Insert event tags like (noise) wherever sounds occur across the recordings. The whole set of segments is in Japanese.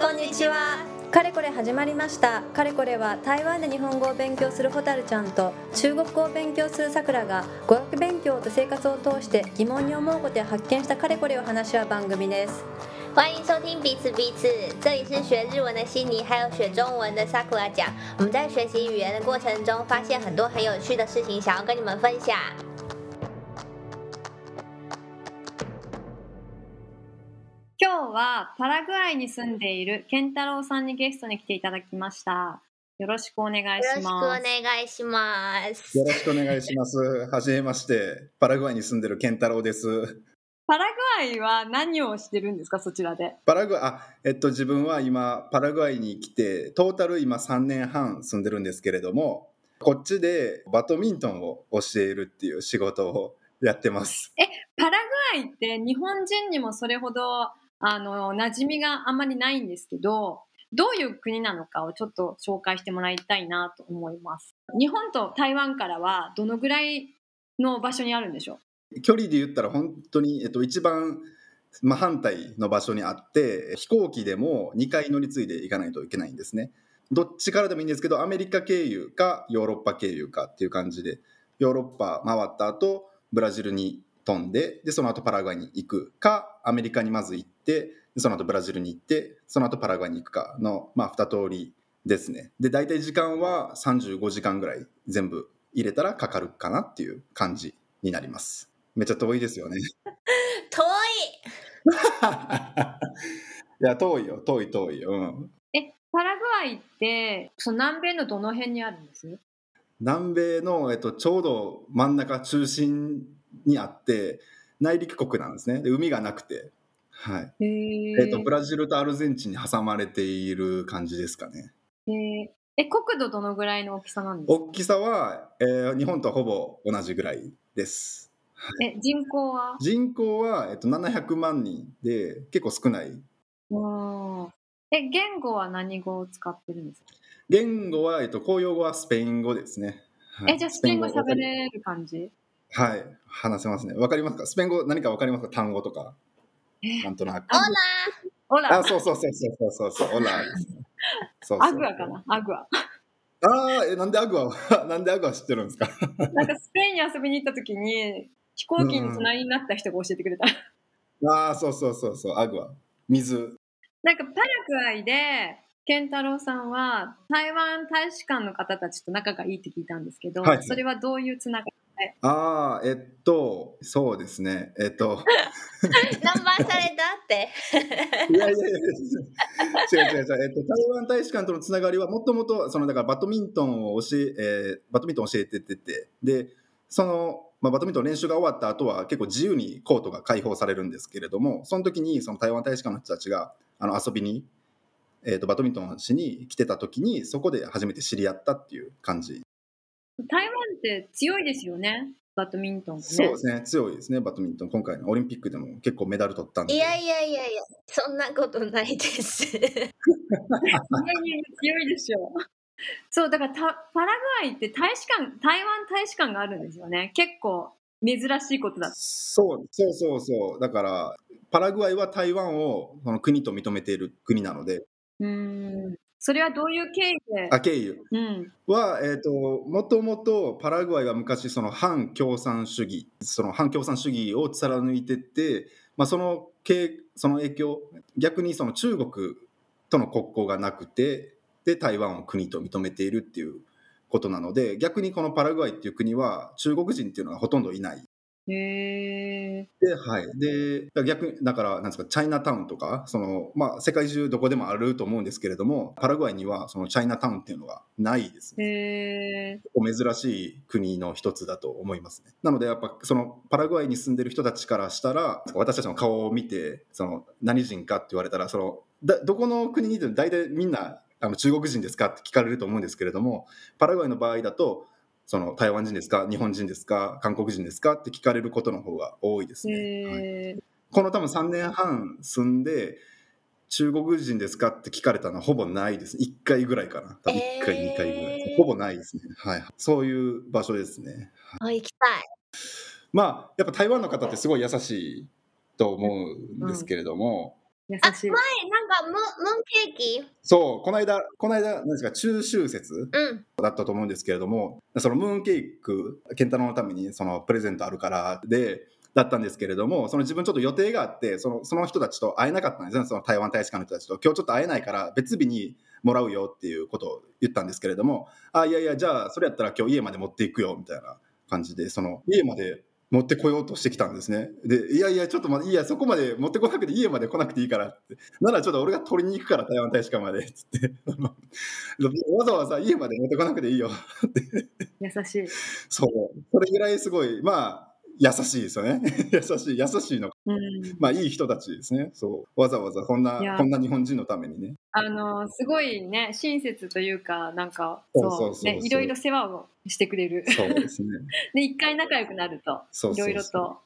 こんにちは。かれこれ始まりましたかれこれは台湾で日本語を勉強するホタルちゃんと中国語を勉強するさくらが語学勉強と生活を通して疑問に思うことや発見したかれこれを話し合う番組です欢迎收听彼此彼此，这里是学日文的悉尼，还有学中文的 Sakura 讲。我们在学习语言的过程中，发现很多很有趣的事情，想要跟你们分 (laughs) 享。今日はパラグアイに住んでいる健太郎さんにゲストに来ていただきましたよろしくお願いよろししくおます願いします (laughs) よ。ろしくお願いします。はじめまして、パラグアイに住んでるケンタロウです。パラグアイは何をしてるんですかそちらでパラグアイ、あ、えっと、自分は今、パラグアイに来て、トータル今3年半住んでるんですけれども、こっちでバドミントンを教えるっていう仕事をやってます。パラグアイって日本人にもそれほどあの馴染みがあんまりないんですけどどういう国なのかをちょっと紹介してもらいたいなと思います日本と台湾からはどのぐらいの場所にあるんでしょう距離で言ったら本当に、えっと、一番、まあ、反対の場所にあって飛行機でも2回乗り継いでいかないといけないんですねどっちからでもいいんですけどアメリカ経由かヨーロッパ経由かっていう感じでヨーロッパ回った後ブラジルに飛んででその後パラグアイに行くかアメリカにまず行ってでその後ブラジルに行ってその後パラグアイに行くかの、まあ、2通りですねで大体時間は35時間ぐらい全部入れたらかかるかなっていう感じになりますめっちゃ遠いですよね (laughs) 遠い。いや遠いよ遠い遠いよ、うん、えパラグアイってその南米のどの辺にあるんです南米の、えっと、ちょうど真ん中中心にあって内陸国なんですねで海がなくてはいへえっと、ブラジルとアルゼンチンに挟まれている感じですかね。ええ国土どのぐらいの大きさなんですか大きさは、えー日本とほぼ同じぐらいです。え人口は人口は、えっと、700万人で結構少ない。うんえ言語は何語を使ってるんですか言語は、えっと、公用語はスペイン語ですね。はいえ、じゃあスペイン語わか喋りれる感じはい、話せますね。わかりますかスペイン語何かわかりますか単語とか。えなんとなくオ。ラ。ほらあ、、そうそうそうそうそうそうそう。オラですね。そうそうアグアかなアグア。あーえなんでアグアは (laughs) なんでアグア知ってるんですかなんかスペインに遊びに行った時に、飛行機に隣になった人が教え (laughs) てくれた。ああ、そうそうそうそう。アグア。水。なんかパラグアイで、健太郎さんは台湾大使館の方たちと仲がいいって聞いたんですけど、はいそれはどういうつながりああ、えっと、そうですね。えっと、ナンバーされたって。いやいやいや、違う違う違う。えっと、台湾大使館とのつながりは、もともと、その、だからバドミントンを教え、えーバドミントンを教えててて、で、その、まあ、バドミントンの練習が終わった後は、結構自由にコートが開放されるんですけれども、その時に、その台湾大使館の人たちが、あの、遊びに、えっと、バドミントンしに来てた時に、そこで初めて知り合ったっていう感じ。台湾って強いですよね、バドミントンがね。そうですね。強いですね、バドミントン。今回のオリンピックでも結構メダル取ったんで。いやいやいやいや、そんなことないです。いやいやいや強いでしょ。 (laughs) そう、だからたパラグアイって大使館、台湾大使館があるんですよね。結構珍しいことだそうそうそうそうだからパラグアイは台湾をその国と認めている国なのでうーんそれはどういう経緯で、アケイユうん、はえっ、ともともとパラグアイは昔その反共産主義その反共産主義を貫いてて、まあ、その経その影響逆にその中国との国交がなくてで台湾を国と認めているっていうことなので逆にこのパラグアイっていう国は中国人っていうのがほとんどいないへえで、はい。で、逆に、だから、なんですか、チャイナタウンとか、その、まあ、世界中どこでもあると思うんですけれども、パラグアイには、そのチャイナタウンっていうのがないですね。へえ結構珍しい国の一つだと思いますね。なので、やっぱ、その、パラグアイに住んでる人たちからしたら、私たちの顔を見て、その、何人かって言われたら、その、だどこの国にいても大体みんな、あの、中国人ですかって聞かれると思うんですけれども、パラグアイの場合だと、その台湾人ですか日本人ですか韓国人ですかって聞かれることの方が多いですね。はいへえこの多分3年半住んで中国人ですかって聞かれたのはほぼないです1回ぐらいかな多分1回、えー2回ぐらいほぼないですねはいそういう場所ですねあ、行きたい。まあやっぱ台湾の方ってすごい優しいと思うんですけれども、優し前いなんかムムーンケーキそうこの間この間何ですか中秋節うんだったと思うんですけれどもそのムーンケーク健太郎のためにそのプレゼントあるからでだったんですけれどもその自分ちょっと予定があってそのその人たちと会えなかったんですねその台湾大使館の人たちと今日ちょっと会えないから別日にもらうよっていうことを言ったんですけれどもあいやいやじゃあそれやったら今日家まで持っていくよみたいな感じでその家まで持ってこようとしてきたんですねでいやいやちょっとまいやそこまで持ってこなくて家まで来なくていいからってならちょっと俺が取りに行くから台湾大使館までっつって (laughs) あのわざわざ家まで持ってこなくていいよ優しい。そう。それぐらいすごい、まあ、優しいですよね。 (laughs) 優しい、優しいの。うん。まあ、いい人たちですね。そう。わざわざこんいやな、こんな日本人のためにね。あの、すごいね、親切というか、なんか、そうそうそうね、いろいろ世話をしてくれる。そうですね。で、一回仲良くなると、そういそうそうろいろと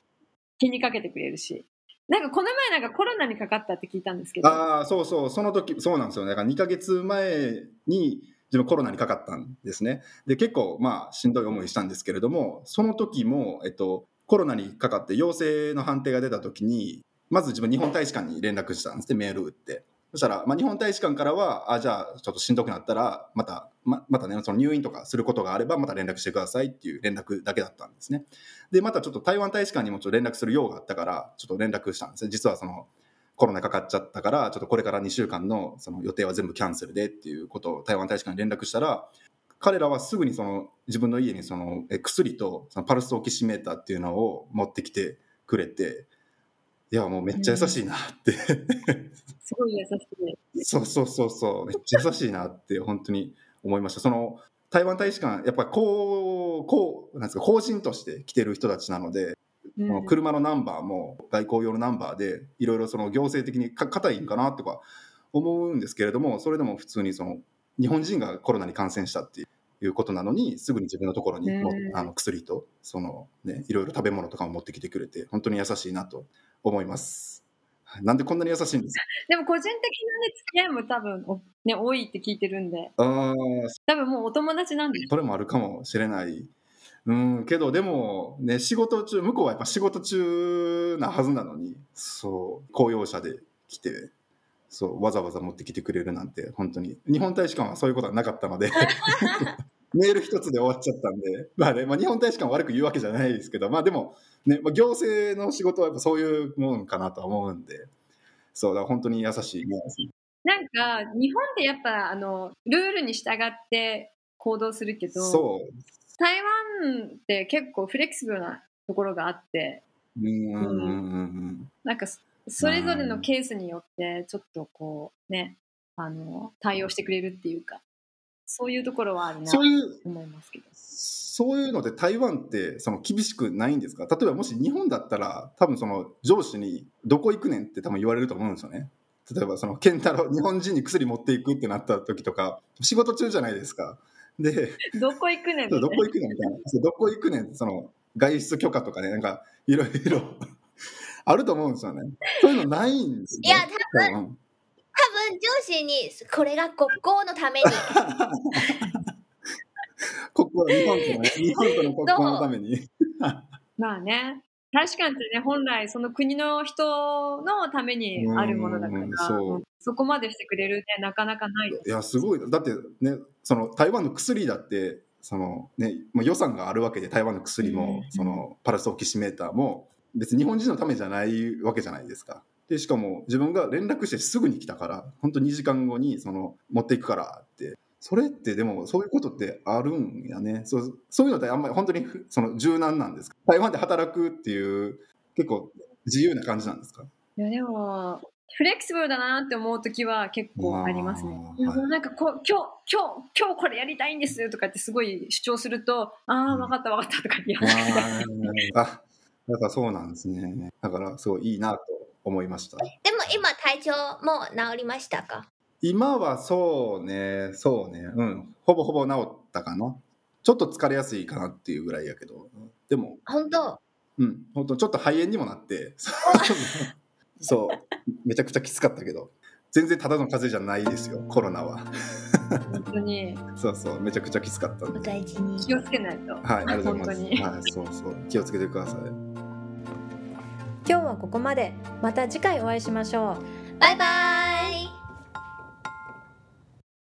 気にかけてくれるし。なんかこの前なんかコロナにかかったって聞いたんですけど、ああ、そうそう。その時、そうなんですよね。だから2ヶ月前に、自分コロナにかかったんですね。で、結構、まあ、しんどい思いしたんですけれども、その時も、えっと、コロナにかかって陽性の判定が出た時に、まず自分日本大使館に連絡したんですね、メール打って。そしたら、まあ、日本大使館からは、あ、じゃあ、ちょっとしんどくなったら、また、ままたね、その入院とかすることがあれば、また連絡してくださいっていう連絡だけだったんですね。で、またちょっと台湾大使館にもちょっと連絡する用があったから、ちょっと連絡したんですね。実はその、コロナかかっちゃったから、ちょっとこれから2週間のその予定は全部キャンセルでっていうことを台湾大使館に連絡したら、彼らはすぐにその自分の家にそのえ薬とそのパルスオキシメーターっていうのを持ってきてくれて、いや、もうめっちゃ優しいなって、すごい優しい。そうそうそうそう、めっちゃ優しいなって本当に思いました。その台湾大使館、やっぱこう、こう、なんですか、法人として来てる人たちなので、うんこの車のナンバーも外交用のナンバーでいろいろその行政的にか硬いんかなとか思うんですけれどもそれでも普通にその日本人がコロナに感染したっていうことなのにすぐに自分のところにもうんあの薬とそのねいろいろ食べ物とかも持ってきてくれて本当に優しいなと思います。はいなんでこんなに優しいんですかでも個人的なね、付き合いも多分お、ね、多いって聞いてるんで、あー多分もうお友達なんで。それもあるかもしれない。うん、けどでもね、仕事中、向こうはやっぱ仕事中なはずなのに、そう、公用車で来て、そう、わざわざ持ってきてくれるなんて、本当に。日本大使館はそういうことはなかったので、メール一つで終わっちゃったんで、まあね、まあ、日本大使館を悪く言うわけじゃないですけど、まあでも、ね、まあ、行政の仕事はやっぱそういうもんかなとは思うんで、そう、だから本当に優しい、ね。なんか、日本でやっぱ、あの、ルールに従って行動するけど、そう。台湾って結構フレキシブルなところがあってうんうんうんうんなんかそそれぞれのケースによってちょっとこうねあの対応してくれるっていうかそういうところはあるうん。なそとういう思いますけどそういうので台湾ってその厳しくないんですか例えばもし日本だったら多分その上司に「どこ行くねん」って多分言われると思うんですよね。例えばその健太郎日本人に薬持っていくってなった時とか仕事中じゃないですか。でどこ行くね「んどみたいなこ行くねん」みたいなそう「どこ行くねん」その外出許可とかねなんかいろいろあると思うんですよね。そういうのないんですね。いや多分多分上司にこれが国交の (laughs) ために国交日本とのね日本との国交のために。まあね大使館ってね本来その国の人のためにあるものだからうんそううんそこまでしてくれるねなかなかないいやすごいなだってねその台湾の薬だってその、ね、まあ予算があるわけで台湾の薬も、うんそのパルスオキシメーターも別に日本人のためじゃないわけじゃないですか。でしかも自分が連絡してすぐに来たから本当2時間後にその持っていくからってそれってでもそういうことってあるんやねそうそういうのってあんまり本当にふその柔軟なんですか台湾で働くっていう結構自由な感じなんですかいやでもフレキシブルだなって思う時は結構ありますねあ。ーいやはいなんかこう今日今日今日これやりたいんですとかってすごい主張するとああ分かった分かったとかって言われてああ、だからそうなんですね。だからすごいいいなと思いました。でも今体調もう治りましたか今はそうね、そうね、うん、ほぼほぼ治ったかな。ちょっと疲れやすいかなっていうぐらいやけど、でも、本当うん、本当ちょっと肺炎にもなって、そう、めちゃくちゃきつかったけど、全然ただの風邪じゃないですよ、コロナは。本当にそうそう、めちゃくちゃきつかったんおで。大事に気をつけないと。はい、ありがとうござい本当にます。はい、そうそう、気をつけてください。今日はここまでまた次回お会いしましょうバイバイ